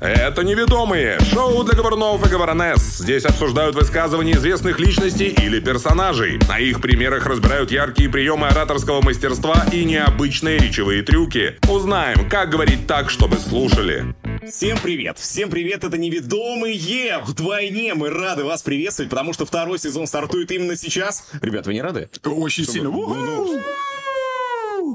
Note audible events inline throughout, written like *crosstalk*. Это «Неведомые» — шоу для говорнов и говоронесс. Здесь обсуждают высказывания известных личностей или персонажей. На их примерах разбирают яркие приемы ораторского мастерства и необычные речевые трюки. Узнаем, как говорить так, чтобы слушали. Всем привет! Всем привет! Это неведомые! Вдвойне мы рады вас приветствовать, потому что второй сезон стартует именно сейчас. Ребят, вы не рады? Очень сильно. У-ху!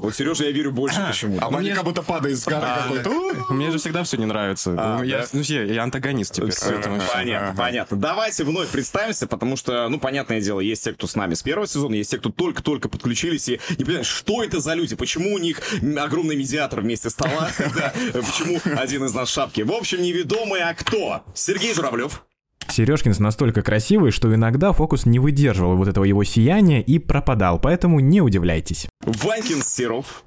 Вот Сережа, я верю больше Ну, почему-то. А Ваня как будто падает с горы какой-то. У! А, Мне же всегда все не нравится. А, я, да? ну, я, я антагонист теперь. поэтому всё. Понятно, Ага. понятно. Давайте вновь представимся, потому что, ну, понятное дело, есть те, кто с нами с первого сезона, есть те, кто только-только подключились и не понимают, что это за люди, почему у них огромный медиатор вместе *laughs* стола, да, почему один из нас в шапке. В общем, неведомые, а кто? Сергей Журавлев. Сережкинс настолько красивый, что иногда фокус не выдерживал вот этого его сияния и пропадал, поэтому не удивляйтесь. Ванькинс Серов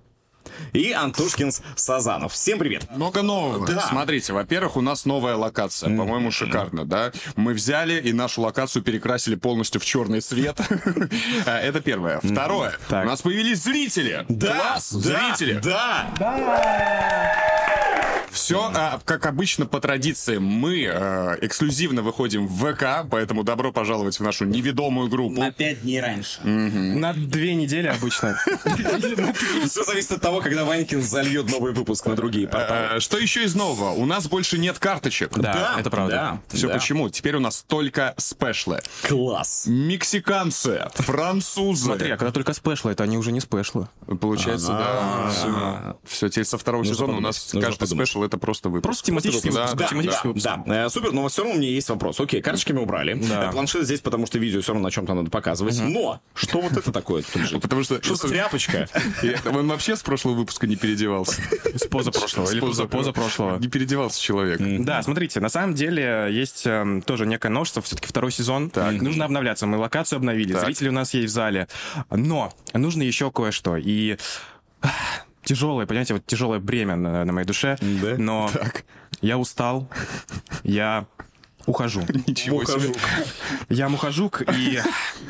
и Антошкинс Сазанов. Всем привет! Много нового. Да. Смотрите, во-первых, у нас новая локация. По-моему, шикарно, да? Мы взяли и нашу локацию перекрасили полностью в черный цвет. *laughs* А, Это первое. Второе. У Так. нас появились зрители. Класс, да, зрители. Да, Все, э, как обычно, по традиции, мы э, эксклюзивно выходим в ВК, поэтому добро пожаловать в нашу неведомую группу. пять дней раньше. На две недели *laughs* обычно. все зависит от того, когда Ванькин зальет новый выпуск на другие порталы. Э, Что еще из нового? У нас больше нет карточек. Да, это да, правда. Все да. почему? Теперь у нас только спешлы. Класс. Мексиканцы, французы. Смотри, а когда только спешлы, это они уже не спешлы. Получается, да. Все, теперь со второго сезона у нас нужно каждый подумать. спешл это просто выпуск. Просто тематический Да, выпуск. да, тематический выпуск. Да, э, супер, но все равно у меня есть вопрос. Окей, карточки мы убрали. Да. Э, Планшет здесь, потому что видео все равно на чем-то надо показывать. Но что вот это такое тут *laughs* лежит? Потому что... Что за *laughs* тряпочка? *laughs* И Он вообще с прошлого выпуска не переодевался. С позапрошлого или поза- позапрошлого. Не переодевался человек. Да, смотрите, на самом деле есть эм, тоже некое новшество, все-таки второй сезон. Нужно обновляться. Мы локацию обновили, Так. зрители у нас есть в зале. Но нужно еще кое-что. И ах, тяжелое, понимаете, вот тяжелое бремя на, на моей душе. Но я устал, я ухожу. Ничего себе. Я мухожук, *laughs* и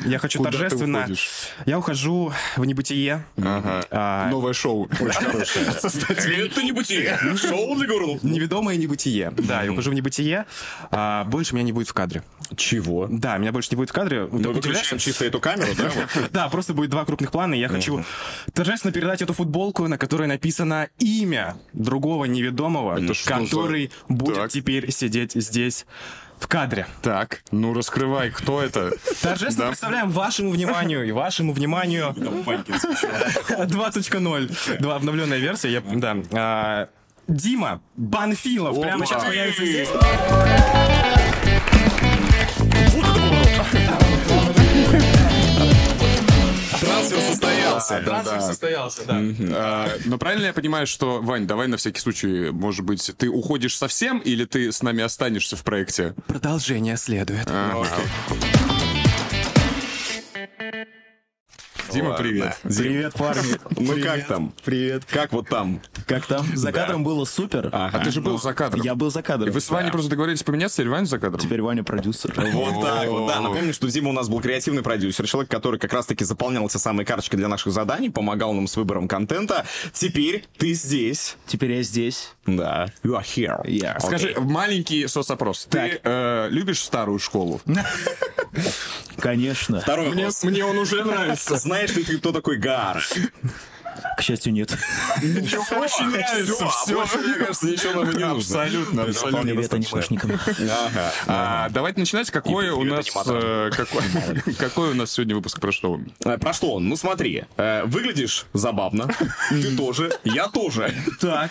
я хочу Куда ты торжественно... уходишь? Я ухожу в небытие. Ага. А, Новое шоу. Очень хорошее. Это не бутик. Шоу для городов. Неведомое небытие. Да, я ухожу в небытие. а, больше меня не будет в кадре. Ну, Чего? Да, меня больше не будет в кадре. Ты Мы удивляешься? *laughs* выключаем чисто эту камеру, да? вот? Да, просто будет два крупных плана, и я хочу торжественно передать эту футболку, на которой написано имя другого неведомого, что который будет Так. теперь сидеть здесь в кадре. Так, ну раскрывай, кто это? Торжественно Да. представляем вашему вниманию и *laughs* вашему вниманию 2.0. Два обновленная версия. Я, да. а, Дима Банфилов прямо сейчас появится здесь. Трансфер состоялся. Трансфер состоялся, да. А, Но правильно я понимаю, что, Вань, давай на всякий случай, может быть, ты уходишь совсем или ты с нами останешься в проекте? Продолжение следует. А, Дима, привет. *laughs* Привет, парни. Ну как Привет. там? Привет. Как вот там? Как там? За кадром было супер. А ты же был за кадром. Я был за И кадром. Вы с Ваней просто договорились поменяться, или Ваня за кадром? Теперь Ваня продюсер. Вот так вот, да. Напомню, что Дима у нас был креативный продюсер, человек, который как раз-таки заполнял те самые карточки для наших заданий, помогал нам с выбором контента. Теперь ты здесь. Теперь я здесь. Да. You are here. Я. Скажи, маленький соцопрос. Ты э, любишь старую школу? Конечно. Второй вопрос. *laughs* Мне он уже нравится. Знаешь ли ты, кто такой Гар? К счастью, нет. Очень нравится. Все, а мне кажется, ничего нам не нужно. Абсолютно, абсолютно. Привет анимешникам. Ага. А, давайте начинать. Какой у привет нас э, аниматорам. какой *laughs* какой у нас сегодня выпуск про что? Э, Про что он? Ну смотри, э, выглядишь забавно, ты тоже, я тоже. Так.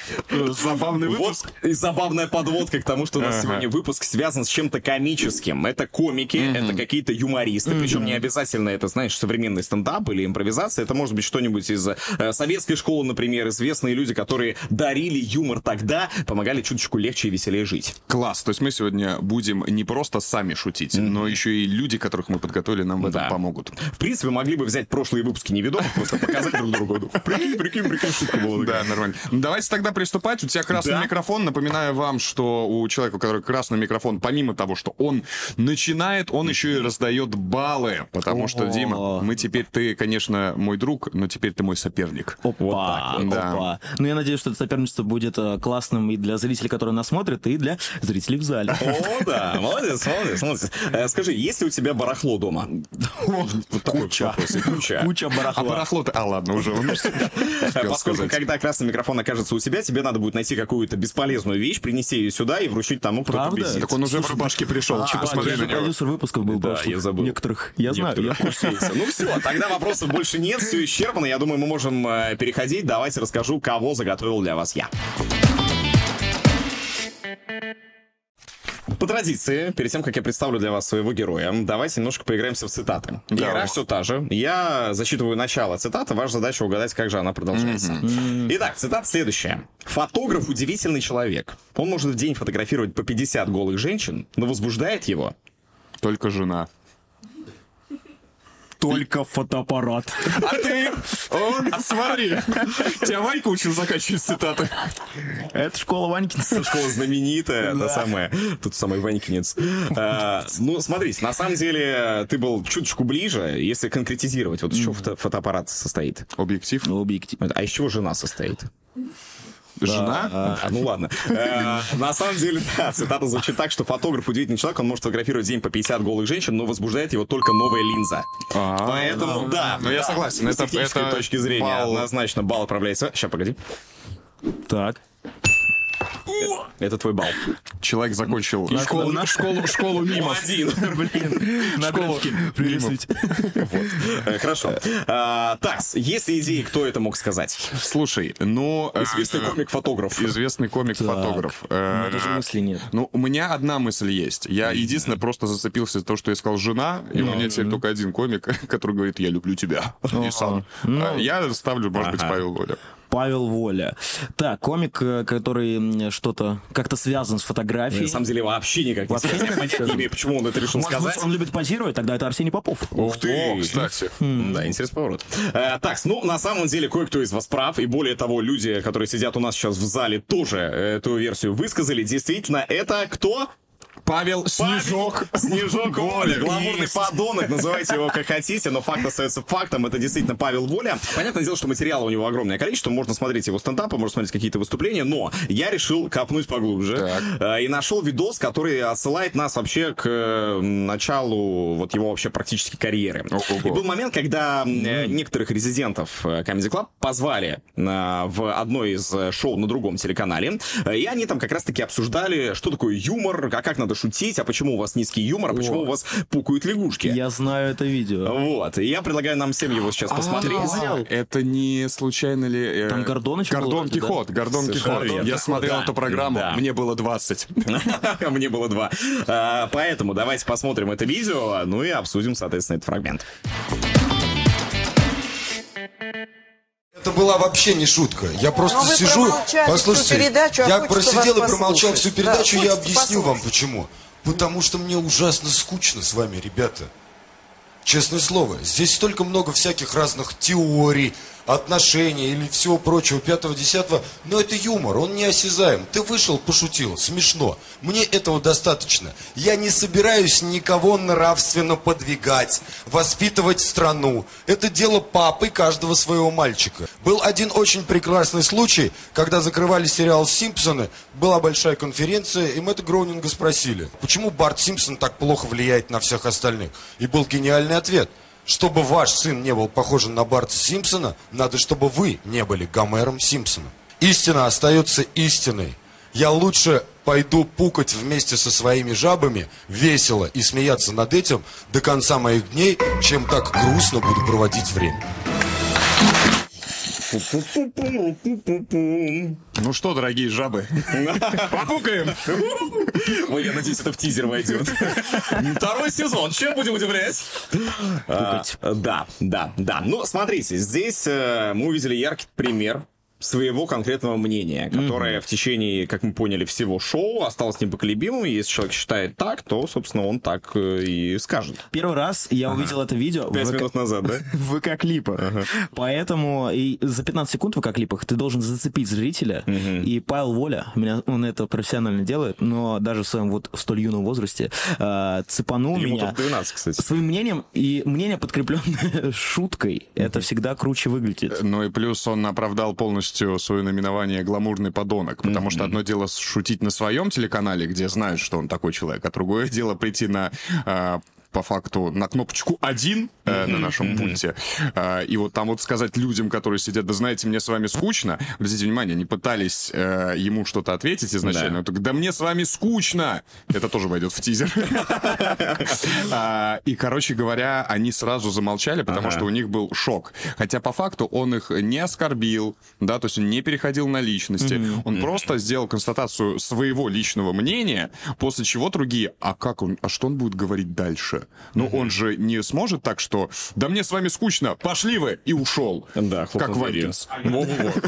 Забавный Вот и забавная подводка к тому, что у нас сегодня выпуск связан с чем-то комическим. Это комики, это какие-то юмористы. Причем не обязательно это, знаешь, современный стендап или импровизация. Это может быть что-нибудь из э, советской школы, например, известные люди, которые дарили юмор тогда, помогали чуточку легче и веселее жить. Класс. То есть мы сегодня будем не просто сами шутить, но еще и люди, которых мы подготовили, нам в этом Да. *laughs* помогут. В принципе, могли бы взять прошлые выпуски неведомых, просто показать друг другу. Прикинь, прикинь, прикинь, шутка была. такая. Да, нормально. Ну, Давайте тогда приступать. У тебя красный Да. микрофон. Напоминаю вам, что у человека, у которого красный микрофон, помимо того, что он начинает, он еще и раздает баллы. Потому что, Дима, мы теперь ты, конечно, мой друг, но теперь ты мой соперник. Опа, Вот так вот, да. опа. Ну, я надеюсь, что это соперничество будет э, классным и для зрителей, которые нас смотрят, и для зрителей в зале. О, да, молодец, молодец, молодец. Э, Скажи, есть ли у тебя барахло дома? *laughs* Вот такой Куча. вопрос. Куча. Куча А барахла. барахло-то... А, ладно, уже *laughs* он успел Э, Поскольку, сказать. когда красный микрофон окажется у тебя, тебе надо будет найти какую-то бесполезную вещь, принести ее сюда и вручить тому, кто Правда? победит. Так он уже в рубашке пришел, А, чё я посмотри же на него. продюсер выпусков был Да, прошлых. я забыл. Некоторых. Я знаю, я в Некоторых. курсе. Ну все, тогда вопросов больше нет, все исчерпано. Я думаю, мы можем э, переходить. Давайте расскажу, кого заготовил для вас я. По традиции, перед тем, как я представлю для вас своего героя, давайте немножко поиграемся в цитаты. Игра все та же. Я зачитываю начало цитаты, ваша задача угадать, как же она продолжается. Итак, цитата следующая. Фотограф удивительный человек. Он может в день фотографировать по 50 голых женщин, но возбуждает его Только жена. Только фотоаппарат. А ты? Он? А смотри. *laughs* Тебя Ванька учил заканчивать цитаты. Это школа Ванькинс. школа знаменитая, та самая. Тут самый Ванькинец. А, Ну, смотрите, на самом деле ты был чуточку ближе, если конкретизировать. Вот из чего фото- фотоаппарат состоит? Объектив. Объектив. А из чего жена состоит? Жена? А, ну ладно. Э, На самом деле, да, цитата звучит так, что фотограф удивительный человек, он может фотографировать в день по 50 голых женщин, но возбуждает его только новая линза. А, Поэтому, да. Ну, я да, согласен, С это- технической это точки зрения балл. однозначно балл отправляется. Сейчас, погоди. Так. Это твой балл. Человек закончил школу. Школа, школу, школу мимов. Один. Блин, на графике пририсовать. Э, Хорошо. А, Так, есть ли идеи, кто это мог сказать? Слушай, ну... э, Известный А, комик-фотограф. Известный комик-фотограф. Э, Ну, даже мысли нет. Ну, у меня одна мысль есть. Я единственное просто зацепился за то, что я сказал жена, и Ну, у меня теперь только один комик, *laughs* который говорит, я люблю тебя. И сам. ну. А Я ставлю, может быть, Павел Воля. Павел Воля. Так, комик, э, который м, что-то как-то связан с На фотографией. самом деле вообще никак не Вообще связано. никак не Понятия не имею, почему он это решил Может сказать. быть, он любит позировать, тогда это Арсений Попов. Ух ты! кстати. Да, интересный поворот. так, ну, на самом деле, кое-кто из вас прав, и более того, люди, которые сидят у нас сейчас в зале, тоже эту версию высказали. Действительно, это кто? Павел Снежок. *laughs* Снежок Воля, гламурный Есть. подонок, называйте его как хотите, но факт остается фактом, это действительно Павел Воля. Понятное дело, что материала у него огромное количество, можно смотреть его стендапы, можно смотреть какие-то выступления, но я решил копнуть поглубже э, и нашел видос, который отсылает нас вообще к э, началу вот его вообще практически карьеры. Ого-го. И был момент, когда э, некоторых резидентов э, Comedy Club позвали э, в одно из э, шоу на другом телеканале, э, и они там как раз-таки обсуждали, что такое юмор, а как надо шутить, а почему у вас низкий юмор, а почему у вас пукают лягушки. Я знаю это видео. А Вот, и я предлагаю нам всем его сейчас посмотреть. А, Это не случайно ли... э, Там Гордон еще был Гордон вроде, да? Кихот. Гордон Совершенно Кихот. верно. Я смотрел Да. эту программу. Да. Мне было 20. *laughs* Мне было два. А, Поэтому давайте посмотрим это видео, ну и обсудим, соответственно, этот фрагмент. Это была вообще не шутка. Я просто Но вы сижу. промолчали всю Послушайте, передачу, а я хочется просидел и вас промолчал послушать. всю передачу, Да, я хочется объясню вам послушать. почему. Потому что мне ужасно скучно с вами, ребята. Честное слово, здесь столько много всяких разных теорий, отношений или всего прочего, пятого-десятого, но это юмор, он неосязаем. Ты вышел, пошутил, смешно. Мне этого достаточно. Я не собираюсь никого нравственно подвигать, воспитывать страну. Это дело папы каждого своего мальчика. Был один очень прекрасный случай, когда закрывали сериал «Симпсоны», была большая конференция, и Мэтта Гроунинга спросили, почему Барт Симпсон так плохо влияет на всех остальных. И был гениальный ответ. Чтобы ваш сын не был похожим на Барта Симпсона, надо, чтобы вы не были Гомером Симпсоном. Истина остается истиной. Я лучше пойду пукать вместе со своими жабами, весело и смеяться над этим до конца моих дней, чем так грустно буду проводить время. Ну что, дорогие жабы, *laughs* попукаем. Ой, я надеюсь, это в тизер войдет. *laughs* Второй сезон, чем будем удивлять? А, Да, да, да. Ну, смотрите, здесь э, мы увидели яркий пример своего конкретного мнения, которое в течение, как мы поняли, всего шоу осталось непоколебимым. и Если человек считает так, то, собственно, он так э, и скажет. Первый раз я увидел это видео в Пять ВК минут назад, да? в ВК-клипах. Поэтому и за 15 секунд в ВК-клипах ты должен зацепить зрителя. И Павел Воля, меня, он это профессионально делает, но даже в своем вот в столь юном возрасте э, цепанул Ему меня тут 12, кстати. своим мнением, и мнение, подкрепленное *laughs* шуткой, это всегда круче выглядит. Ну и плюс он оправдал полностью свое номинование «Гламурный подонок», потому что одно дело шутить на своем телеканале, где знают, что он такой человек, а другое дело прийти на э, по факту на кнопочку один э, на нашем пульте. Э, и вот там вот сказать людям, которые сидят, да знаете, мне с вами скучно. Обратите внимание, не пытались э, ему что-то ответить изначально. Так, да мне с вами скучно! Это тоже войдет в тизер. А, И, короче говоря, они сразу замолчали, потому что у них был шок. Хотя, по факту, он их не оскорбил, да, то есть он не переходил на личности. Он просто сделал констатацию своего личного мнения, после чего другие, а как он, а что он будет говорить дальше? Ну, он же не сможет так, что «Да мне с вами скучно, пошли вы!» и ушел. *laughs* Да, Как хлопнул дверью. Вайкинс. Во-во-во.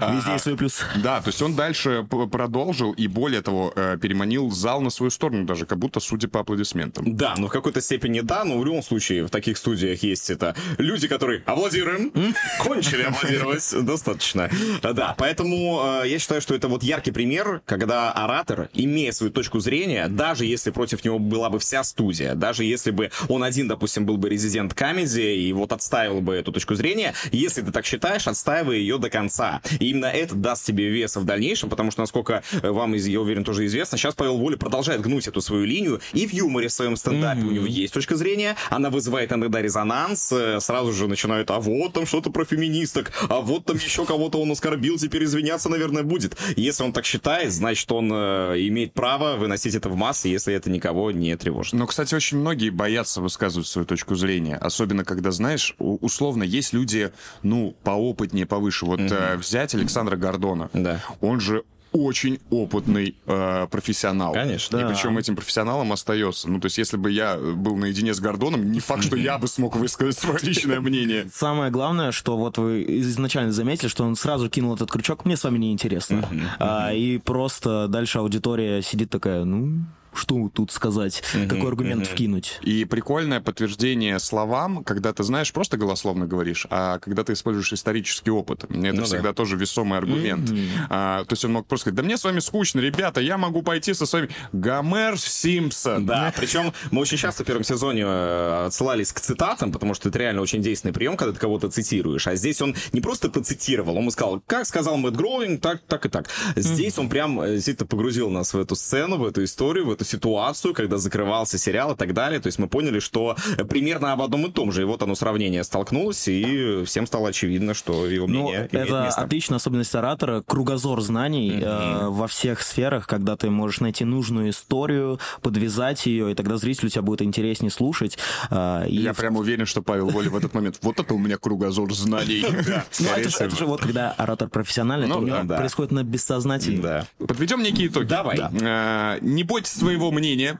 А, Везде есть свой плюс. Да, то есть он дальше п- продолжил и, более того, э, переманил зал на свою сторону даже, как будто, судя по аплодисментам. Да, ну в какой-то степени да, но в любом случае в таких студиях есть это люди, которые аплодируем, кончили аплодировать, достаточно. Да, поэтому э, я считаю, что это вот яркий пример, когда оратор, имея свою точку зрения, даже если против него была бы вся студия, даже если бы он один, допустим, был бы резидент комедии и вот отстаивал бы эту точку зрения, если ты так считаешь, отстаивай ее до конца. И именно это даст тебе веса в дальнейшем, потому что, насколько э, вам, из- я уверен, тоже известно, сейчас Павел Воля продолжает гнуть эту свою линию, и в юморе в своем стендапе у него есть точка зрения, она вызывает иногда резонанс, э, сразу же начинают, а вот там что-то про феминисток, а вот там еще кого-то он оскорбил, теперь извиняться, наверное, будет. Если он так считает, значит, он э, имеет право выносить это в массы, если это никого не тревожит. Но, кстати, очень многие боятся высказывать свою точку зрения, особенно когда, знаешь, у- условно есть люди, ну, поопытнее, повыше. Вот э, взять Александра Гордона. Да. Он же очень опытный э, профессионал. Конечно. И причем этим профессионалом остается. Ну, то есть, если бы я был наедине с Гордоном, не факт, что я бы смог высказать свое личное мнение. Самое главное, что вот вы изначально заметили, что он сразу кинул этот крючок, мне с вами неинтересно. А, и просто дальше аудитория сидит такая, ну, что тут сказать, какой аргумент вкинуть. И прикольное подтверждение словам, когда ты знаешь, просто голословно говоришь, а когда ты используешь исторический опыт. Ну Это всегда тоже весомый аргумент. А, то есть он мог просто сказать, да мне с вами скучно, ребята, я могу пойти со своими... Гомер Симпсон. Да, причем мы очень часто в первом сезоне э, отсылались к цитатам, потому что это реально очень действенный прием, когда ты кого-то цитируешь. А здесь он не просто поцитировал, он ему сказал, как сказал Мэтт Гроулинг, так, так и так. Здесь он прям э, действительно погрузил нас в эту сцену, в эту историю, в эту ситуацию, когда закрывался сериал и так далее. То есть мы поняли, что примерно об одном и том же. И вот оно сравнение столкнулось, и всем стало очевидно, что его Ну, мнение имеет это место. отличная особенность оратора, кругозор знаний э, во всех сферах, когда ты можешь найти нужную историю, подвязать ее, и тогда зрителю тебя будет интереснее слушать. э, и Я в- прям уверен, что Павел Воля в этот момент, вот это у меня кругозор *laughs* знаний. Ну, это, же, это же вот когда оратор профессиональный, Ну это у него да, да. происходит на бессознательном. Да. Подведем некие итоги. Давай. А, Не бойтесь своего мнения.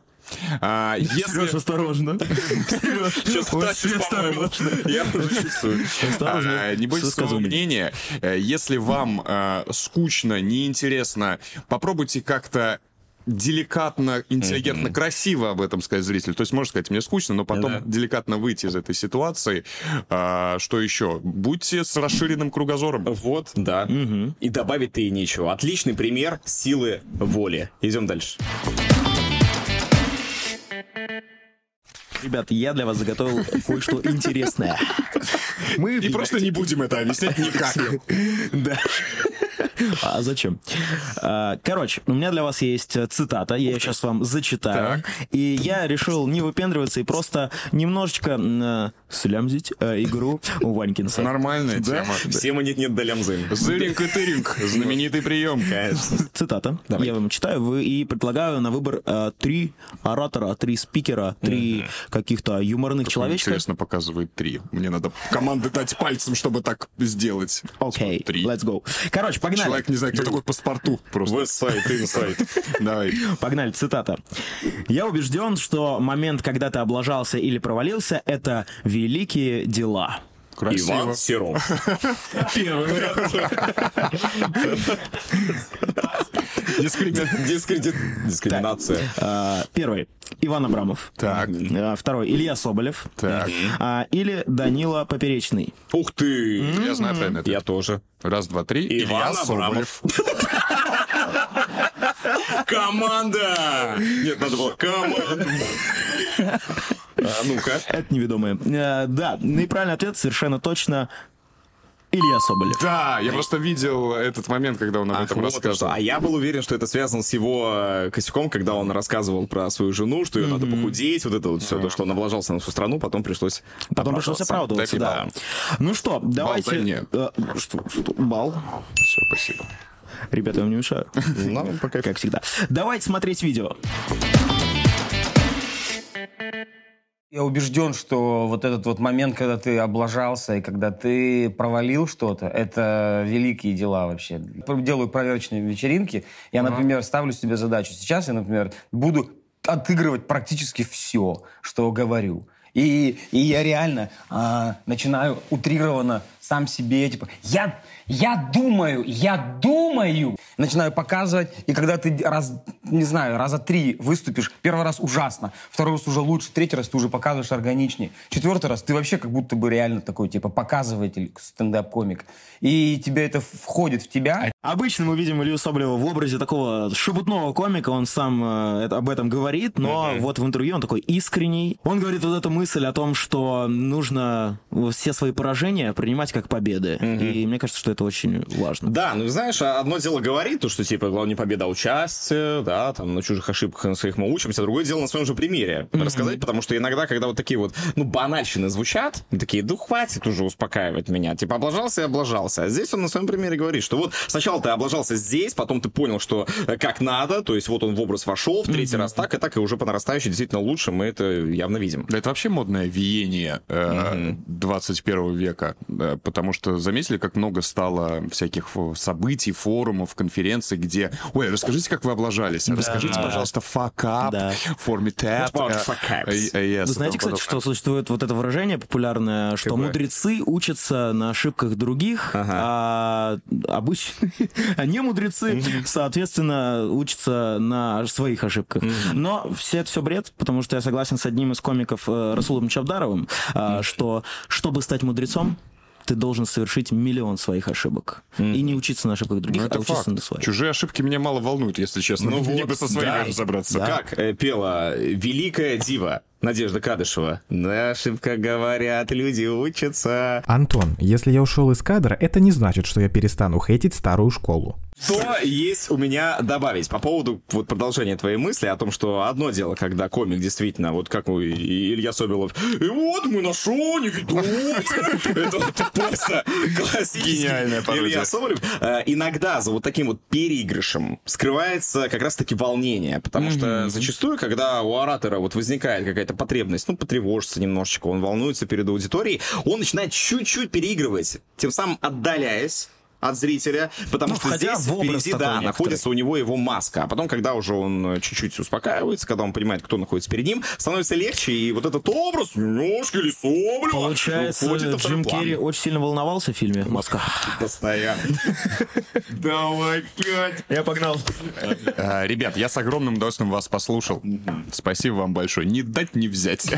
А, Если... *laughs* Серёж, осторожно. Сейчас Ой, тащишь, по-моему. Я уже чувствую. А, Не бойтесь своего мнения. Э, Если вам э, скучно, неинтересно, попробуйте как-то деликатно, интеллигентно, красиво об этом сказать зрителю. То есть можно сказать, мне скучно, но потом деликатно выйти из этой ситуации. А, что еще? Будьте с расширенным кругозором. Вот, да. И добавить-то и нечего. Отличный пример силы воли. Идем дальше. Ребят, я для вас заготовил *laughs* кое-что интересное. Мы И просто не будем это объяснять никак. А зачем? А, Короче, у меня для вас есть э, цитата, я ее сейчас вам зачитаю. И я решил не выпендриваться и просто немножечко м, э, слямзить э, игру у Ванькинса. Нормальная тема. Все мы нет-нет да лямзы. Зыринг и тыринг. Знаменитый прием. Цитата. Я вам читаю вы- и предлагаю на выбор э, три оратора, три спикера, три каких-то юморных человечка. Интересно, показывает три. Мне надо команды дать пальцем, чтобы так сделать. Окей, Три. let's go. Короче, погнали. Человек не знает, кто такой паспорту просто. Вестсайд, инсайд. Давай. Погнали, цитата. «Я убежден, что момент, когда ты облажался или провалился, это великие дела». Красиво. Иван Серов. Дискредит- Дискриминация. А, Первый. Иван Абрамов. Так. А, Второй. Илья Соболев. Так. А, Или Данила Поперечный. Ух ты! Я знаю правильно это. Я тоже. Раз, два, три. Иван Абрамов. Команда! Нет, надо было команда. А ну-ка. Это неведомые. А, Да, неправильный ответ совершенно точно Илья Соболев. Да, я просто видел этот момент, когда он об Ах, этом вот что. рассказывал. А я был уверен, что это связано с его э, косяком, когда он рассказывал про свою жену, что ее надо похудеть, вот это вот все, то, что он облажался на всю страну, потом пришлось Потом пришлось оправдываться, да. Ну что, дай давайте... мне. Э, Что, что, бал? Все, спасибо. Ребята, я вам не *laughs* мешаю? Ну, пока Как всегда. Давайте смотреть видео. Я убежден, что вот этот вот момент, когда ты облажался и когда ты провалил что-то, это великие дела вообще. Пр- Делаю проверочные вечеринки. Я, например, ставлю себе задачу. Сейчас я, например, буду отыгрывать практически все, что говорю. И, и я реально а, начинаю утрированно сам себе, типа, я, я думаю, я думаю. Начинаю показывать, и когда ты раз, не знаю, раза три выступишь, первый раз ужасно, второй раз уже лучше, третий раз ты уже показываешь органичнее, четвертый раз ты вообще как будто бы реально такой, типа, показыватель, стендап-комик. И тебе это входит в тебя. Обычно мы видим Илью Соболева в образе такого шебутного комика, он сам э, это- об этом говорит, но вот в интервью он такой искренний. Он говорит вот эту мысль о том, что нужно все свои поражения принимать как победы. И мне кажется, что это очень важно. Да, ну знаешь, а одно дело говорит, то, что типа главное не победа, а участие, да, там на чужих ошибках и на своих мы учимся, а другое дело на своем же примере рассказать, потому что иногда, когда вот такие вот, ну, банальщины звучат, мы такие, да хватит уже успокаивать меня, типа облажался и облажался, а здесь он на своем примере говорит, что вот сначала ты облажался здесь, потом ты понял, что э, как надо, то есть вот он в образ вошел, в третий раз так и так, и уже по нарастающей действительно лучше, мы это явно видим. Да это вообще модное веяние э, 21 века, э, потому что заметили, как много стало всяких фо- событий, форумов, конференций, где, ой, расскажите, как вы облажались, расскажите, пожалуйста, факап, Да. формитет. What about fuck ups? Вы знаете, кстати, что существует вот это выражение популярное, что мудрецы учатся на ошибках других, а обычные, *laughs* а не мудрецы, соответственно, учатся на своих ошибках. Но все это все бред, потому что я согласен с одним из комиков э, Расулом Чабдаровым, а, что чтобы стать мудрецом, ты должен совершить миллион своих ошибок. И не учиться на ошибках других, а это учиться факт. на своих. Чужие ошибки меня мало волнуют, если честно. Ну Мне вот, бы со своими да. разобраться. Как э, пела великая дива Надежда Кадышева? На ошибках говорят, люди учатся. Антон, если я ушел из кадра, это не значит, что я перестану хейтить старую школу. Что есть у меня добавить по поводу вот продолжения твоей мысли о том, что одно дело, когда комик действительно, вот как у И- Илья Собилов, и вот мы на шоу не ведут». Это вот просто классический Гениальная пародия. Илья Соболев. Э, Иногда за вот таким вот переигрышем скрывается как раз-таки волнение, потому что зачастую, когда у оратора вот возникает какая-то потребность, ну, потревожиться немножечко, он волнуется перед аудиторией, он начинает чуть-чуть переигрывать, тем самым отдаляясь от зрителя, потому Ну, что входя здесь в образ впереди, такой да, некоторый. находится у него его маска. А потом, когда уже он э, чуть-чуть успокаивается, когда он понимает, кто находится перед ним, становится легче, и вот этот образ немножко или Соболева Получается, уходит на второй Джим план. Керри очень сильно волновался в фильме «Маска». *laughs* *laughs* Постоянно. Давай, пять. Я погнал. А, Ребят, я с огромным удовольствием вас послушал. Спасибо вам большое. Не дать, не взять.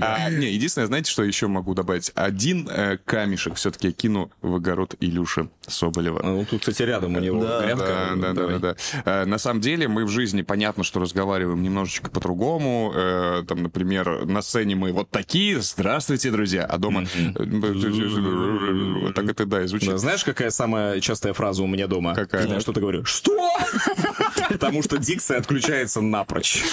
А, Не, единственное, знаете, что еще могу добавить? Один э, камешек все-таки кину в огород Илюши Соболева. Ну, тут, кстати, рядом у него Да, грядка. да, да, да, да. Э, На самом деле мы в жизни понятно, что разговариваем немножечко по-другому. Э, Там, например, на сцене мы вот такие. Здравствуйте, друзья. А дома так это да, и Да, звучит. Знаешь, какая самая частая фраза у меня дома? Какая? Когда я что-то говорю? Что? *laughs* Потому что дикция отключается напрочь.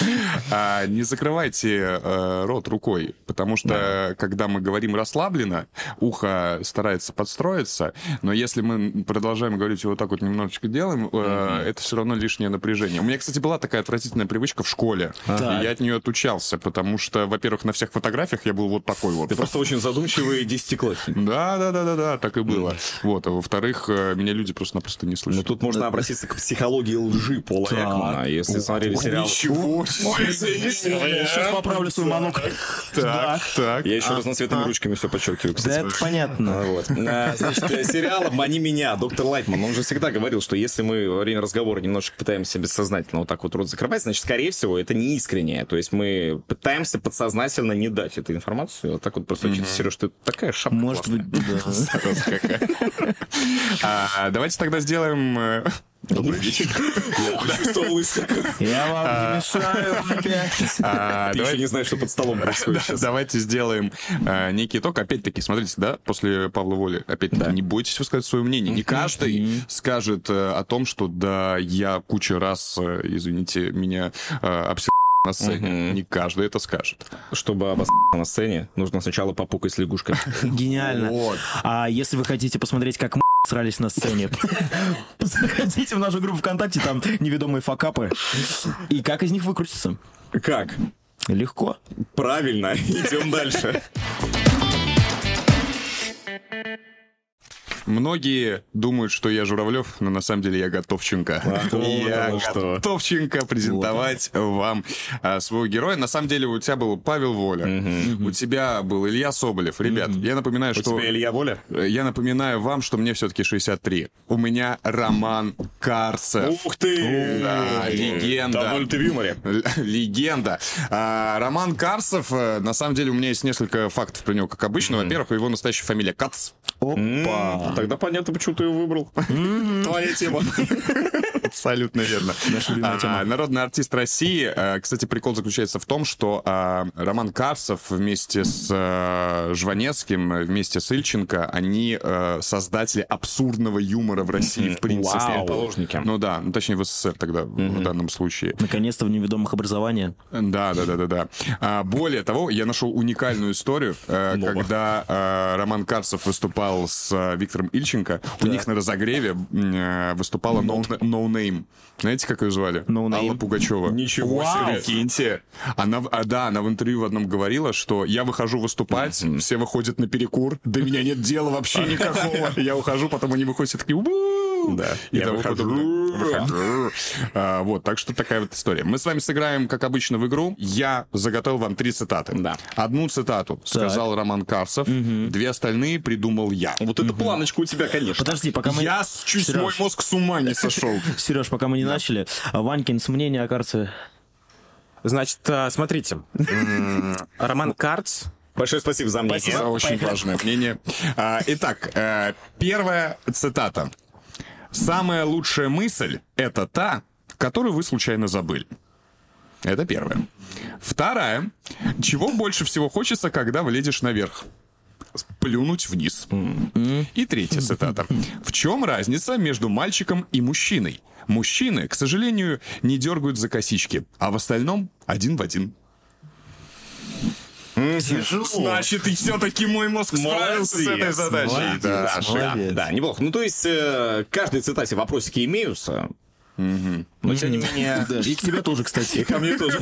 А не закрывайте э, рот рукой, потому что когда мы говорим расслабленно, ухо старается подстроиться, но если мы продолжаем говорить и вот так вот немножечко делаем, э, это все равно лишнее напряжение. У меня, кстати, была такая отвратительная привычка в школе, и я от нее отучался, потому что, во-первых, на всех фотографиях я был вот такой вот. Ты просто очень задумчивый десятиклассник. Да, да, да, да, да, так и было. Вот, а во-вторых, э, меня люди просто-напросто не Ну, слышат. тут можно обратиться к психологии лжи Пола Экмана, если смотрели сериал. Ничего Я сейчас поправлю свой монок. Так, так. Я еще разноцветными ручками все подчеркиваю. Да, кстати. это понятно. А, *laughs* Вот. А, Значит, э, сериал «Обмани меня», доктор Лайтман, он же всегда говорил, что если мы во время разговора немножечко пытаемся бессознательно вот так вот рот закрывать, значит, скорее всего, это не искреннее. То есть мы пытаемся подсознательно не дать эту информацию. Вот так вот просто, Сереж, ты такая шапка Может классная. быть, да. Раз какая. *laughs* А, Давайте тогда сделаем... э, Добрый *laughs* вечер. Я А. вам не мешаю опять. А, Ты давай- еще не знаешь, что под столом происходит сейчас. Давайте сделаем э, некий итог. Опять-таки, смотрите, да, после Павла Воли, опять-таки, не бойтесь высказать свое мнение. Не каждый скажет э, о том, что да, я куча раз, э, извините, меня э, обсер- на сцене. Не каждый это скажет. Чтобы обос... на сцене, нужно сначала попукать с лягушкой. Гениально. А если вы хотите посмотреть, как мы срались на сцене, *laughs* заходите в нашу группу ВКонтакте, там неведомые факапы. И как из них выкрутиться? Как? Легко. Правильно, *laughs* идем дальше. Многие думают, что я Журавлев, но на самом деле я Готовченко. Я оно что. Готовченко презентовать вам а, своего героя. На самом деле у тебя был Павел Воля, у тебя был Илья Соболев. Ребят, я напоминаю, У что... тебя Илья Воля? Э, Я напоминаю вам, что мне все-таки 63. У меня Роман Карцев. Ух ты! Да, легенда. Довольно ты в юморе. Л- Легенда. А, Роман Карцев, э, на самом деле у меня есть несколько фактов про него, как обычно. Во-первых, его настоящая фамилия Кац. Опа! Тогда понятно, почему ты его выбрал. Твоя тема. Абсолютно верно. А, Народный артист России. Э, Кстати, прикол заключается в том, что а, Роман Карцев вместе с э, Жванецким, э, вместе с Ильченко, они э, создатели абсурдного юмора в России, в принципе. Вау. Основоположники. Ну да, ну, точнее в СССР тогда, в данном случае. *laughs* Наконец-то в неведомых образования. Да, да, да, да, да. А, более того, я нашел уникальную историю, э, когда э, Роман Карцев выступал с э, Виктором Ильченко, у них на разогреве м, э, выступала Ну. No, No Name. Знаете, как ее звали? No Name. Алла Пугачева. Ничего себе. Прикиньте. Она, в- а, да, она в интервью в одном говорила, что я выхожу выступать, все выходят на перекур, до меня нет дела вообще *laughs* никакого. Я ухожу, потом они выходят все такие... «Бу!» Да, И я того выхожу, подобное. да, выхожу. А, Вот, так что такая вот история. Мы с вами сыграем, как обычно, в игру. Я заготовил вам три цитаты. Да. Одну цитату сказал Роман Карцев, две остальные придумал я. Вот эта планочка у тебя, конечно. Подожди, пока мы... Я с- чуть мой Серёж. мозг с ума *laughs* не сошел. Сереж, пока мы не начали, а, Ванькин с мнения о карте. Значит, а, смотрите. М, Роман Карц. Большое спасибо за мнение. за очень важное мнение. А, Итак, э, первая цитата. Самая лучшая мысль — это та, которую вы случайно забыли. Это первое. Вторая. Чего больше всего хочется, когда влезешь наверх? Плюнуть вниз. И третья цитата. В чем разница между мальчиком и мужчиной? Мужчины, к сожалению, не дергают за косички, а в остальном один в один. Ну, Значит, и все-таки мой мозг справился с этой Молодец, задачей. молодец, Да, да, ошибка. да, да, неплохо. Ну, то есть, э, к каждой цитате вопросики имеются. Но, тем не менее... И к тебе тоже, кстати. Ко мне *laughs* тоже.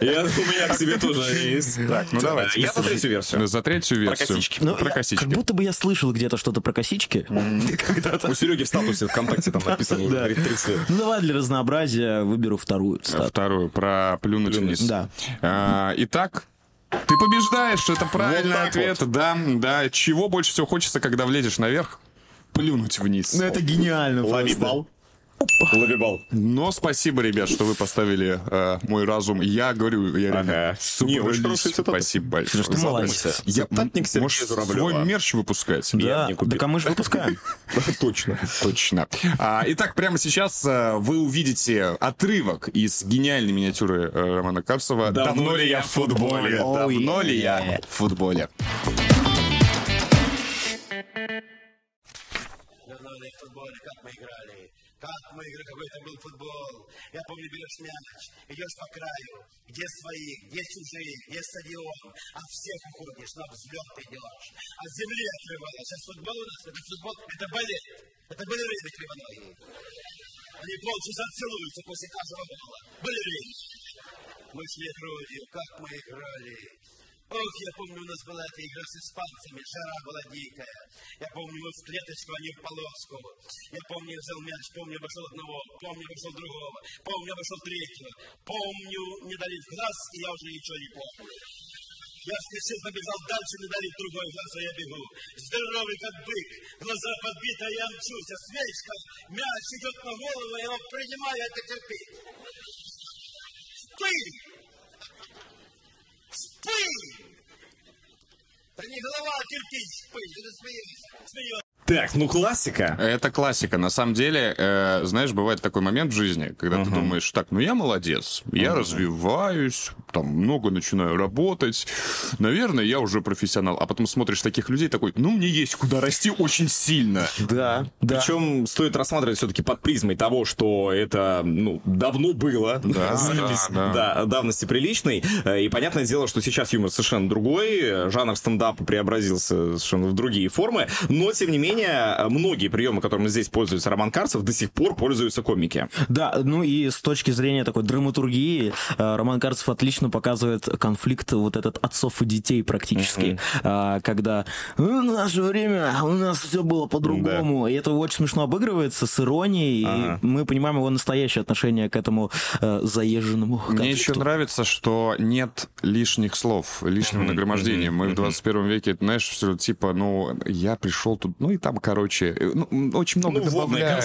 Я- У меня к тебе тоже они есть. Так, ну давайте. Я за третью версию. За третью версию. косички. Ну, Про я- косички. Как будто бы я слышал где-то что-то про косички. У Сереги в статусе ВКонтакте там написано уже говорит, 30 лет. Ну давай для разнообразия выберу вторую Ну, цитату. А Вторую, про плюнуть вниз. да. А, итак, ты побеждаешь, это правильный так ответ. Да, да. Чего больше всего хочется, когда влезешь наверх? Плюнуть вниз. Ну, гениально. Лови бал. Лови бал. Но спасибо, ребят, что вы поставили э, мой разум. Я говорю, я реально Ага. Не, супер очень лис. хорошая цитата. Спасибо большое. Серёж, ты молодец. Задумайся. Я Цитатник Сергея Может, Журавлёва. свой мерч выпускать? Да, не купил. так а мы же выпускаем. Точно. *laughs* Точно. А, итак, прямо сейчас э, вы увидите отрывок из гениальной миниатюры э, Романа Карцева «Давно ли я в футболе? Ой, Давно ли я yeah. в футболе?» Вернули в футболе, как мы играли. Как мы играли, какой там был футбол. Я помню, берешь мяч, идешь по краю. Где свои, где чужие, где стадион. От всех уходишь, на взлет идешь. От земли отрываешь. Сейчас футбол у нас, это футбол, это балет. Это балерины кривоногие. Они полчаса целуются после каждого гола. Балерины. Мы шли грудью, как мы играли. Ох, я помню, у нас была эта игра с испанцами, жара была дикая. Я помню, мы в клеточку, а не в полоску. Я помню, я взял мяч, помню, обошел одного, помню, обошел другого, помню, обошел третьего. Помню, не дали в глаз, и я уже ничего не помню. Я вскочил, побежал дальше, мне дали в другой глаз, а я бегу. Здоровый как бык, глаза подбиты, а я мчусь, а свечка, мяч идет по голову, я а его принимаю, это кирпич. Спынь! Спынь! Да не голова, а кирпич, спынь, ты смеешься, смеешься. Так, ну классика. Э, Это классика. На самом деле, э, знаешь, бывает такой момент в жизни, когда ты думаешь, так, ну я молодец, я развиваюсь, там много начинаю работать, наверное, я уже профессионал. А потом смотришь таких людей, такой, ну мне есть куда расти очень сильно. Да, да. Причем стоит рассматривать все-таки под призмой того, что это ну, давно было, Да, запись да, да, давности приличной. Э, И понятное дело, что сейчас юмор совершенно другой, э, жанр стендапа преобразился совершенно в другие формы, но, тем не менее, э, многие приемы, которыми здесь пользуется Роман Карцев, до сих пор пользуются комики. Да, ну и с точки зрения такой драматургии, э, Роман Карцев отлично показывает конфликт вот этот отцов и детей практически, А, когда «Ну, в наше время у нас все было по-другому, и это очень смешно обыгрывается с иронией, Ага. и мы понимаем его настоящее отношение к этому э, заезженному Мне еще конфликту. нравится, что нет лишних слов, лишнего нагромождения. Мы в 21 веке, это, знаешь, все типа, ну, я пришел тут, ну и там, короче, э, ну, м, очень много Ну, водные добавляем. Да,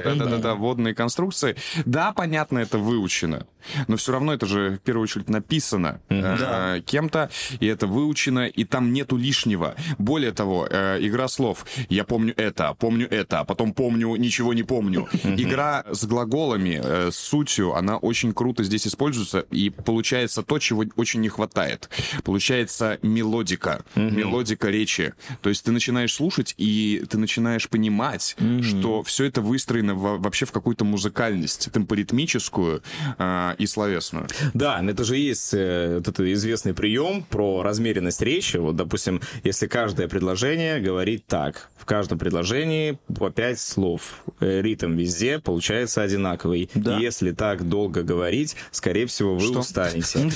конструкции. да, да, да, да, водные конструкции. Да, понятно, это выучено, но все равно это же в первую очередь написано э, кем-то, и это выучено, и там нету лишнего. Более того, э, игра слов. Я помню это, помню это, а потом помню, ничего не помню. Игра с глаголами, э, с сутью, она очень круто здесь используется, и получается то, чего очень не хватает. Получается мелодика, мелодика речи. То есть ты начинаешь слушать, и ты начинаешь понимать, что все это выстроено во- вообще в какую-то музыкальность, темпоритмическую э, и словесную. Да, но это же есть э, вот этот известный прием про размеренность речи. Вот, допустим, если каждое предложение говорит так. В каждом предложении по пять слов. Э, Ритм везде получается одинаковый. Да. Если так долго говорить, скорее всего, вы *laughs* устанете.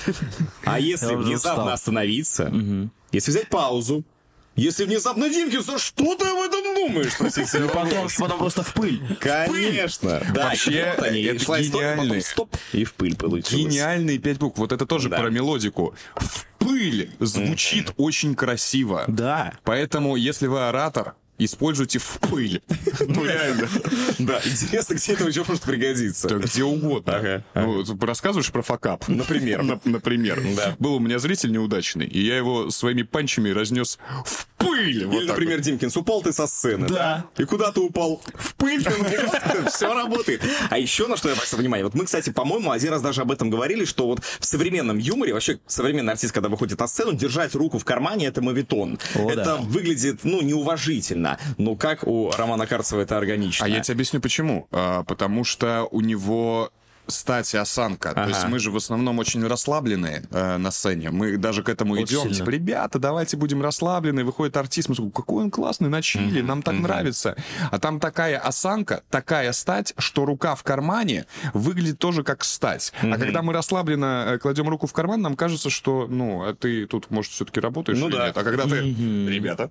А если Я уже внезапно устал. остановиться, если взять паузу, если внезапно, Димкин, за что ты об этом думаешь? Спросить себя Потом, потом просто в *laughs* пыль. Конечно. Да, Вообще, и вот они, и это шла история, потом гениальный- стоп, и в пыль получилось. Гениальные пять букв. Вот это тоже Да. про мелодику. В пыль звучит очень красиво. Да. Поэтому, если вы оратор, используйте в *laughs* пыль. Ну, реально. Да, интересно, где это еще может пригодиться. Да где угодно. Ага, Ну, вот рассказываешь про факап. Например. Нап- Например. Да. Был у меня зритель неудачный, и я его своими панчами разнес в пыль. Вот Или, так например, Димкинс, упал ты со сцены. Да. И куда ты упал? В *laughs* пыль. Все работает. А еще на что я обратил внимание. Вот мы, кстати, по-моему, один раз даже об этом говорили, что вот в современном юморе, вообще современный артист, когда выходит на сцену, держать руку в кармане — это мовитон. О, Это да. выглядит, ну, неуважительно. Но как у Романа Карцева это органично? А я тебе объясню почему. А, потому что у него стать и осанка. То есть мы же в основном очень расслабленные э, на сцене. Мы даже к этому идем. сильно. Типа, ребята, давайте будем расслаблены. Выходит артист, мы такой, какой он классный, на чиле, нам так нравится. А там такая осанка, такая стать, что рука в кармане выглядит тоже как стать. А когда мы расслабленно э, кладем руку в карман, нам кажется, что, ну, а ты тут, может, все-таки работаешь Ну или да. нет. А когда ты, ребята,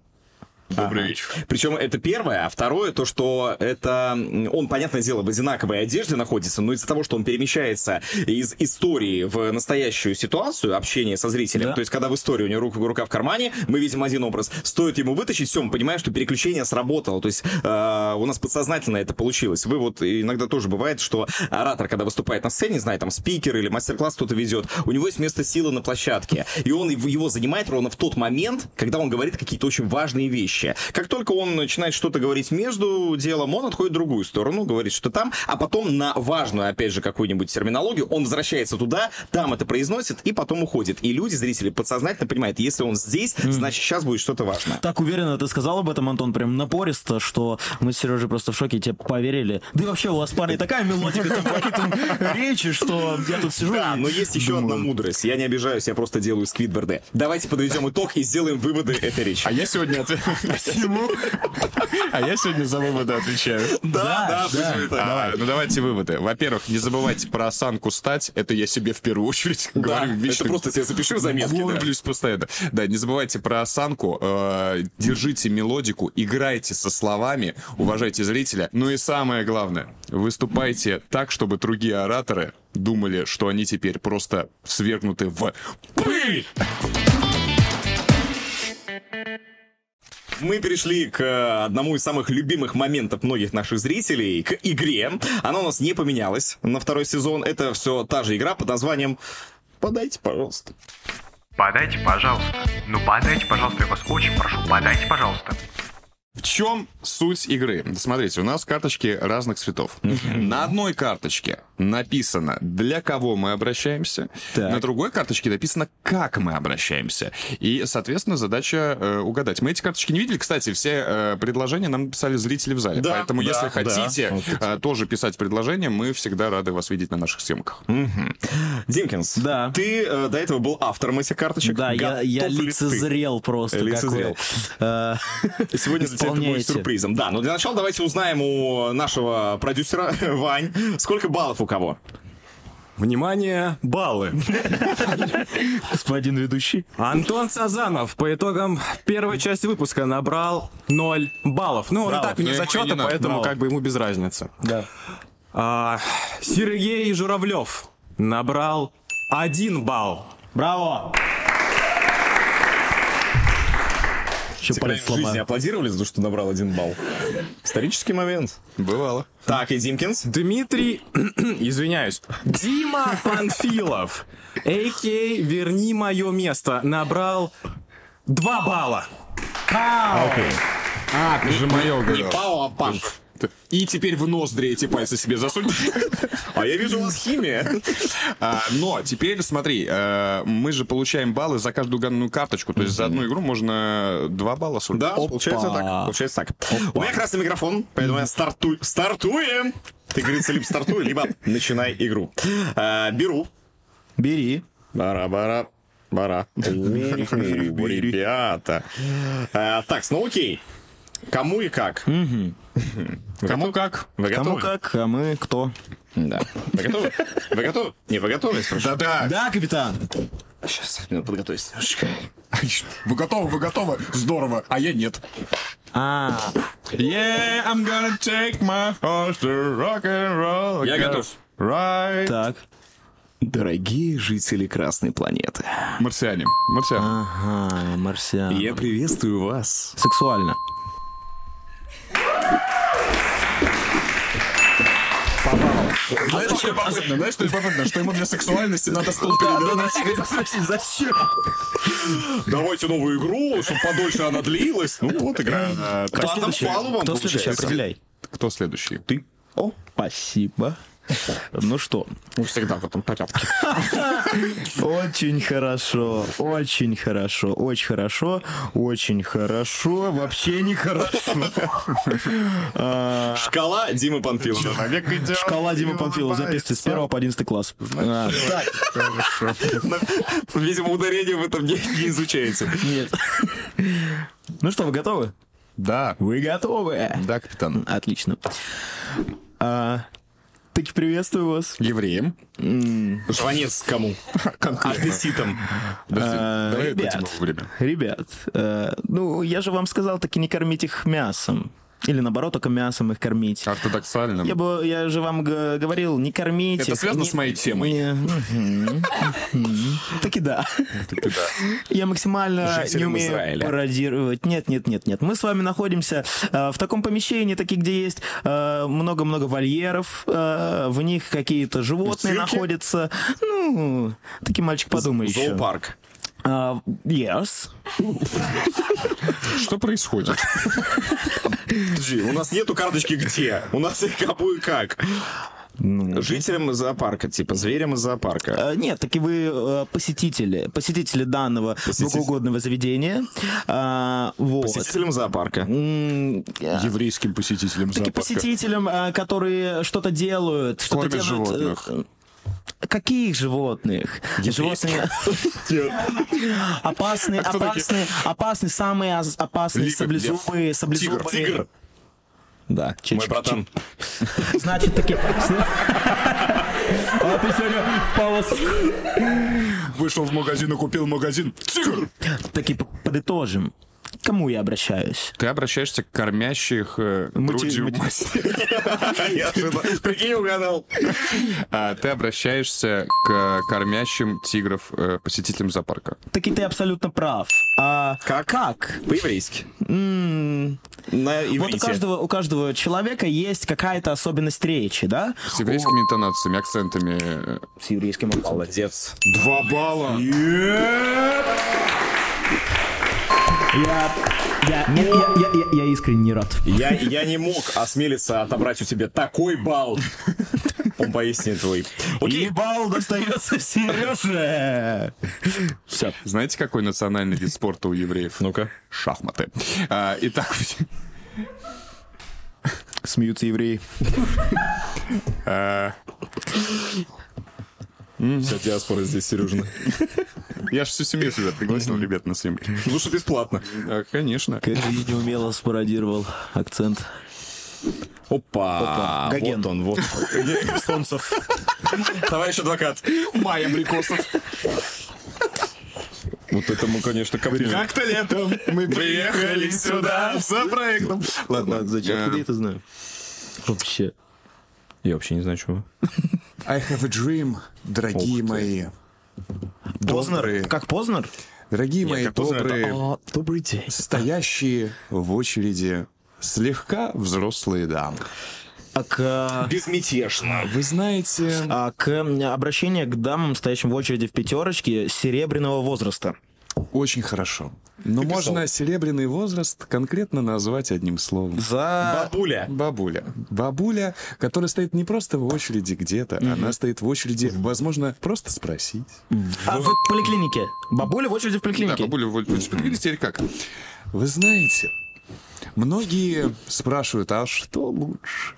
добрый вечер. Причем это первое, а второе то, что это м, он, понятное дело, в одинаковой одежде находится, но из-за того, что он перемещается из истории в настоящую ситуацию общения со зрителем, Да. то есть когда в истории у него рука, рука в кармане, мы видим один образ, стоит ему вытащить, все, мы понимаем, что переключение сработало, то есть э, у нас подсознательно это получилось. Вы вот иногда тоже бывает, что оратор, когда выступает на сцене, не знаю, там спикер или мастер-класс кто-то ведет, у него есть место силы на площадке, и он его- его занимает ровно в тот момент, когда он говорит какие-то очень важные вещи. Как только он начинает что-то говорить между делом, он отходит в другую сторону, говорит, что там, а потом на важную, опять же, какую-нибудь терминологию, он возвращается туда, там это произносит и потом уходит. И люди, зрители, подсознательно понимают, если он здесь, значит, сейчас будет что-то важное. Так уверенно ты сказал об этом, Антон, прям напористо, что мы с Сережей просто в шоке, тебе поверили. Да и вообще у вас, парни, такая мелодика, там речи, что я тут сижу Да, и но есть еще одна мудрость. Я не обижаюсь, я просто делаю сквидборды. Давайте подведем итог и сделаем выводы этой речи. А я сегодня отве- Всему. *laughs* А я сегодня за выводы отвечаю. Да, да, пусть будет так. А, ну давайте выводы. Во-первых, не забывайте про осанку стать. Это я себе в первую очередь Да, говорю это вечно. просто себе запиши в заметки. да. Горблюсь постоянно. Да, не забывайте про осанку, э, держите мелодику, играйте со словами, уважайте зрителя. Ну и самое главное, выступайте так, чтобы другие ораторы думали, что они теперь просто свергнуты в Мы перешли к э, одному из самых любимых моментов многих наших зрителей, к игре. Она у нас не поменялась на второй сезон. Это все та же игра под названием «Подайте, пожалуйста». Подайте, пожалуйста. Ну подайте, пожалуйста, я вас очень прошу, подайте, пожалуйста. В чем суть игры? Смотрите, у нас карточки разных цветов. На одной карточке написано, для кого мы обращаемся, на другой карточке написано, как мы обращаемся. И, соответственно, задача э, угадать. Мы эти карточки не видели. Кстати, все э, предложения нам писали зрители в зале. Да, Поэтому, да, если да. хотите э, тоже писать предложения, мы всегда рады вас видеть на наших съемках. Димкинс, Да. ты э, до этого был автором этих карточек. Да, я, я Готов ли ты? лицезрел просто. Э, лицезрел. Какой, Сегодня для тебя это будет Исполняете. сюрпризом. Да, но для начала давайте узнаем у нашего продюсера *laughs* Вань, сколько баллов у кого. Внимание, баллы. господин ведущий. Антон Сазанов по итогам первой части выпуска набрал 0 баллов. Ну, он и так Ну, не ему и не зачета, надо. поэтому как бы ему без разницы. Да. Сергей Журавлев набрал 1 балл. Браво! Еще палец в жизни сломаю. аплодировали за то, что набрал один балл. Исторический момент. Бывало. Так, и Димкинс. Дмитрий, *clears throat* извиняюсь, Дима Панфилов, а.к.а. «Верни мое место», набрал 2 балла. А, ты же мое Не Пау, а Панф. И теперь в ноздри эти пальцы *laughs* себе засунь. А я вижу, у вас химия. А, но теперь смотри, э, мы же получаем баллы за каждую угаданную карточку. То есть за одну игру можно два балла сулить. Да, получается так. Получается так. У меня красный микрофон, поэтому я стартую. Стартуем! Ты, говорится, либо стартуй, либо начинай игру. А, Беру. Бери. Бара-бара. Бара. Ребята. А, Так, ну окей. Кому и как? Кому как? Вы Кому готовы? как, а мы кто? Да. Вы готовы? Вы готовы? Не, вы готовы? Да-да. Да, капитан. Сейчас, минуту, подготовься немножечко. Вы готовы, вы готовы? Здорово. А я нет. А, Yeah, I'm gonna take my horse to rock and roll. Я готов. Right. так. Дорогие жители Красной планеты, Марсиане. А. Марсиане. Ага, марсиан. я приветствую вас *laughs* Сексуально. Знаешь, что любопытно? Знаешь, что любопытно? Что ему для сексуальности надо стол перевернуть. Зачем? Давайте новую игру, чтобы подольше она длилась. Ну вот, игра. Кто следующий? А, Кто следующий? Определяй. Кто следующий? Ты. О, спасибо. Ну что? Всегда в этом порядке. Очень хорошо, очень хорошо, очень хорошо, очень хорошо, вообще не *laughs* хорошо. Шкала Димы Панфилова. Человек идет. Шкала Димы Панфилова, записывайте с 1 по 11 класс. А, Видимо, ударение в этом не, не изучаете. Нет. Ну что, вы готовы? Да. Вы готовы. Да, капитан. Отлично. А, Таки приветствую вас. Евреем. Жванец кому? Одесситам. Подожди, А, давай ребят. дадим ему время. Ребят, э, ну я же вам сказал, таки не кормить их мясом. Или наоборот, только мясом их кормить. Ортодоксально. Я, бы, я же вам г- говорил, не кормите. Это их, связано не- с моей темой? не- мгм, мгм. Таки да. Я максимально не Жителям умею Израиля. пародировать. Нет, нет, нет, нет. Мы с вами находимся э, в таком помещении, таки, где есть э, много-много вольеров, э, в них какие-то животные находятся. Ну, таки мальчик подумай еще. Зоопарк. А, yes. Что происходит? Подожди, у нас нету карточки где? У нас их кому и как? Жителям зоопарка, типа зверям из зоопарка. Э, Нет, таки вы э, посетители, посетители данного богоугодного заведения. А, вот. Посетителям зоопарка. М, э, Еврейским посетителям Таки зоопарка. посетителям, э, которые что-то делают, что-то Кормят делают. э, животных. Каких животных? Животные опасные, А кто такие? опасные, опасные, самые ос- опасные Лига, саблезубые, лев. саблезубые. Тигр, тигр. Да, Мой братан. Значит, такие... А ты сегодня Вышел в магазин и купил магазин. Тигр! Таки п- подытожим. К Кому я обращаюсь? Ты обращаешься к кормящих э, грудью мастер. Прикинь, угадал. А ты обращаешься к кормящим тигров э, посетителям зоопарка. Таки ты абсолютно прав. А как? Как? По-еврейски. М, На Вот у иврите. каждого, у каждого человека есть какая-то особенность речи, да? С еврейскими интонациями, акцентами. э, С еврейским акцентом. Молодец. Два балла. Я, я, я, я- я- я- я искренне рад. Я, я не мог осмелиться отобрать у тебя такой балл. Он поистине твой. Окей. Ебал достается Сереже. Все. Знаете, какой национальный вид спорта у евреев? Ну-ка. Шахматы. А, итак, *laughs* Смеются евреи. а, Вся диаспора здесь, Сережина. я же всю семью сюда пригласил, ребят, на съемки. Лучше Ну бесплатно. А, конечно. Кэрри неумело спародировал акцент. А Опа. Гоген. Вот он, вот. Солнцев. Товарищ адвокат. Майя Брикосов. Вот это мы, конечно, каприз. Как-то летом мы приехали сюда за проектом. Ладно, зачем? Э, Откуда я это знаю? Вообще. Я вообще не знаю, чего. I have a dream, дорогие мои. Добрые. Познер? Как Познер? Дорогие мои как поздно это- добрые, А, добрый день. стоящие в очереди слегка взрослые дамы. А к, Безмятежно. Вы знаете, а к м, обращению к дамам, стоящим в очереди в пятерочке, серебряного возраста. очень хорошо. Но можно серебряный возраст конкретно назвать одним словом. За... Бабуля. Бабуля. Бабуля, которая стоит не просто в очереди где-то, она стоит в очереди, возможно, просто спросить. А в поликлинике. Бабуля в очереди в Да, поликлинике. бабуля, вот, вот, теперь теперь как? Вы знаете, многие спрашивают, а что лучше?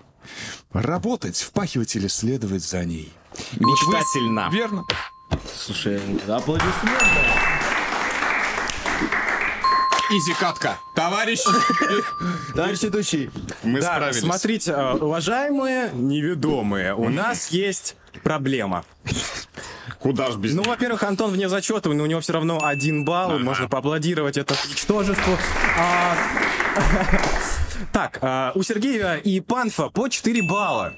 Работать, впахивать или следовать за ней? И вот вы- Мечтательно. Верно. Слушай, аплодисменты. Изикатка. Товарищ, Товарищ ведущий. мы Да, справились. смотрите, э, уважаемые неведомые, у нас есть проблема. Куда ж без Ну, во-первых, Антон вне зачета, но у него все равно один балл, можно поаплодировать это ничтожеству. А, *laughs* Так, а, у Сергея и Панфа по 4 балла.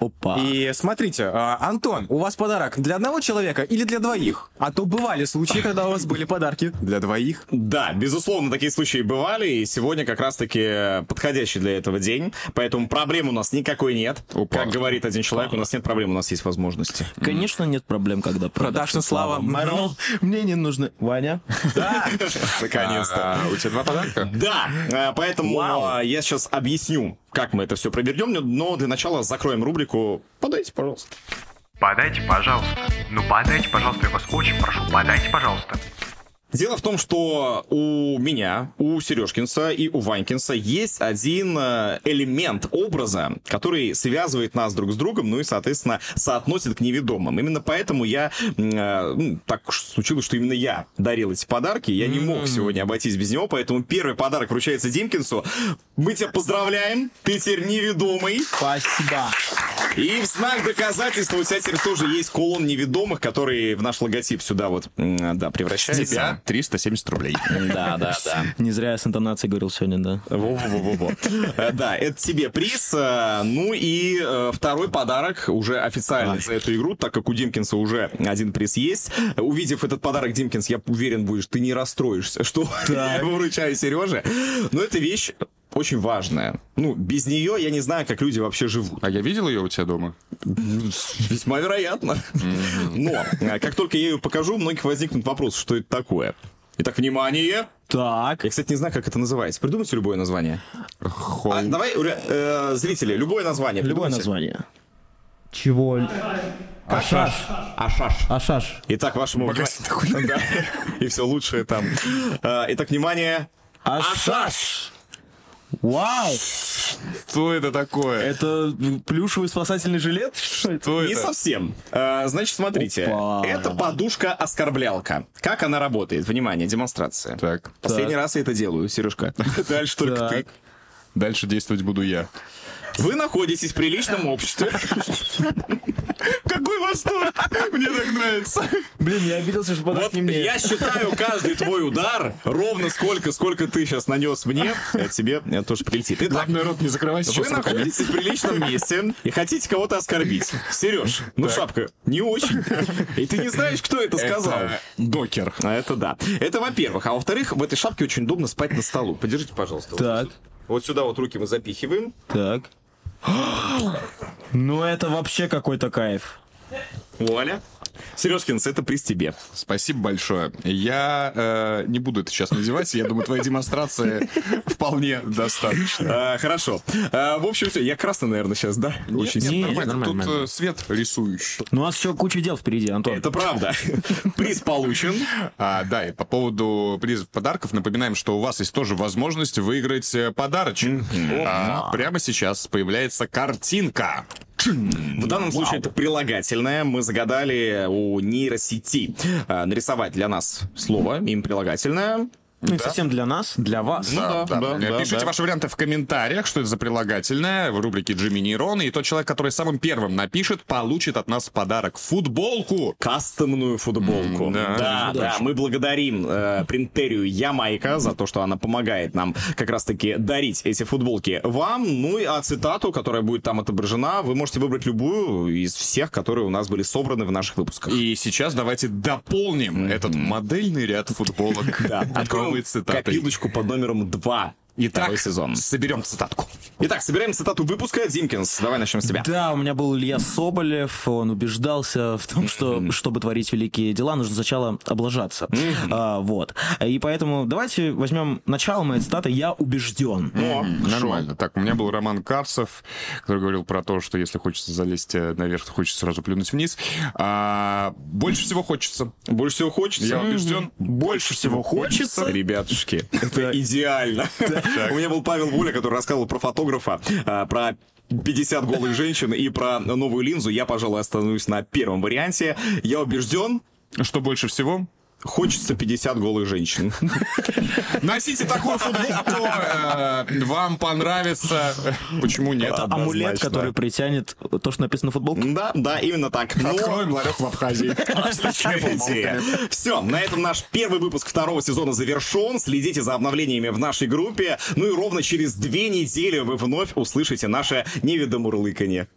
Опа. И смотрите, а, Антон, у вас подарок для одного человека или для двоих? А то бывали случаи, когда у вас были подарки для двоих. Да, безусловно, такие случаи бывали, и сегодня как раз-таки э, подходящий для этого день, поэтому проблем у нас никакой нет. Опа. Как говорит один человек, у нас нет проблем, у нас *laughs* есть возможности. Конечно, нет проблем, когда Продажная слава. Мэрл, мне не нужны. Ваня? Наконец-то. А, у тебя два подарка? Да, э, поэтому э, я сейчас объясню, как мы это все провернем, но для начала закроем рубрику «Подайте, пожалуйста». Подайте, пожалуйста. Ну подайте, пожалуйста, я вас очень прошу, подайте, пожалуйста. Дело в том, что у меня, у Сережкинса и у Ванькинса есть один э, элемент образа, который связывает нас друг с другом, ну и, соответственно, соотносит к неведомым. Именно поэтому я... м, э, ну, так уж случилось, что именно я дарил эти подарки. Я не мог сегодня обойтись без него, поэтому первый подарок вручается Димкинсу. Мы тебя поздравляем, ты теперь неведомый. Спасибо. И в знак доказательства у тебя теперь тоже есть колон неведомых, который в наш логотип сюда вот м, да, превращается. Тебя 370 рублей. Да, *laughs* да, да. Не зря я с интонацией говорил сегодня, да. Во-во-во-во-во. Э, Да, это тебе приз. э, Ну и э, второй подарок уже официально за эту игру, так как у Димкинса уже один приз есть. Увидев этот подарок, Димкинс, я уверен будешь, ты не расстроишься, что *laughs* я его вручаю Сереже. Но эта вещь очень важная. Ну, без нее я не знаю, как люди вообще живут. А я видел ее у тебя дома? Весьма вероятно. Но э, как только я ее покажу, у многих возникнут вопрос, что это такое. Итак, внимание! Так. Я, кстати, не знаю, как это называется. Придумайте любое название. А, Холм. давай, Уля, э, зрители, любое название. Любое придумайте. название. Чего? А Ашаш. Ашаш. Ашаш. Итак, вашему... *laughs* Да. И все лучшее там. Э, Итак, внимание. Ашаш. А Вау. Что это такое? Это плюшевый спасательный жилет? Что Не совсем. А, Значит, смотрите. Опа. Это подушка-оскорблялка. Как она работает? Внимание, демонстрация. Так. Последний раз я это делаю, *laughs* Сережка. Дальше только ты. Дальше действовать буду я. Вы находитесь в приличном обществе. Какой восторг! Мне так нравится. Блин, я обиделся, что подарок не мне. Я считаю каждый твой удар ровно сколько, сколько ты сейчас нанес мне, э, тебе э, тоже прилетит. Итак, Главное, рот не закрывай Вы сейчас. находитесь в приличном месте и хотите кого-то оскорбить. Сереж, ну шапка, не очень. И ты не знаешь, кто это сказал. Докер. А это да. Это во-первых. А во-вторых, в этой шапке очень удобно спать на столу. Подержите, пожалуйста. вот Так. здесь вот. Вот сюда вот руки мы запихиваем. Так. Ну это вообще какой-то кайф. Вуаля. Сережкинс, это приз тебе. Спасибо большое. Я э, не буду это сейчас надевать. Я думаю, твоей демонстрации вполне достаточно. А, хорошо. А, в общем, все. Я красный, наверное, сейчас, да? Очень Нет, сильно. нормально, нормально, тут э, свет рисующий. Ну, у нас еще куча дел впереди, Антон. Это правда. Приз получен. А, да, и по поводу призов подарков напоминаем, что у вас есть тоже возможность выиграть э, подарочек. А, прямо сейчас появляется картинка. В данном случае это прилагательное. Мы загадали у нейросети а, нарисовать для нас слово, им прилагательное. Ну, не совсем для нас, для вас. Да, Ну да, да. да, Пишите да. ваши варианты в комментариях, что это за прилагательное в рубрике Джимми Нейрон. И тот человек, который самым первым напишет, получит от нас в подарок футболку. Кастомную футболку. да. да, да. Мы благодарим э, принтерию Ямайка за то, что она помогает нам как раз-таки дарить эти футболки вам. Ну и а цитату, которая будет там отображена, вы можете выбрать любую из всех, которые у нас были собраны в наших выпусках. И сейчас давайте дополним этот модельный ряд *laughs* футболок. Да, Новые откроем цитаты. копилочку под номером 2. Итак, Второй сезон. соберем цитатку. Итак, собираем цитату выпуска. Димкинс, давай начнем с тебя. Да, у меня был Илья Соболев, он убеждался в том, что чтобы творить великие дела, нужно сначала облажаться. А, вот. И поэтому давайте возьмем начало моей цитаты «Я убежден». Нормально. Так, у меня был Роман Карцев, который говорил про то, что если хочется залезть э, наверх, то хочется сразу плюнуть вниз. А, больше всего хочется. Больше всего хочется. Я убежден. Больше всего хочется. Ребятушки, это *laughs* идеально. У меня был Павел Воля, который рассказывал про фотографа, а, про 50 голых женщин и про новую линзу. Я, пожалуй, остановлюсь на первом варианте. Я убежден, Что больше всего? хочется 50 голых женщин. *laughs* Носите такую футболку, э, вам понравится. Почему нет? Это А- амулет, который притянет то, что написано на футболке. Да, да, именно так. Ну, Откроем ларек *laughs* в Абхазии. Все, на этом наш первый выпуск второго сезона завершен. Следите за обновлениями в нашей группе. Ну и ровно через две недели вы вновь услышите наше неведомурлыканье.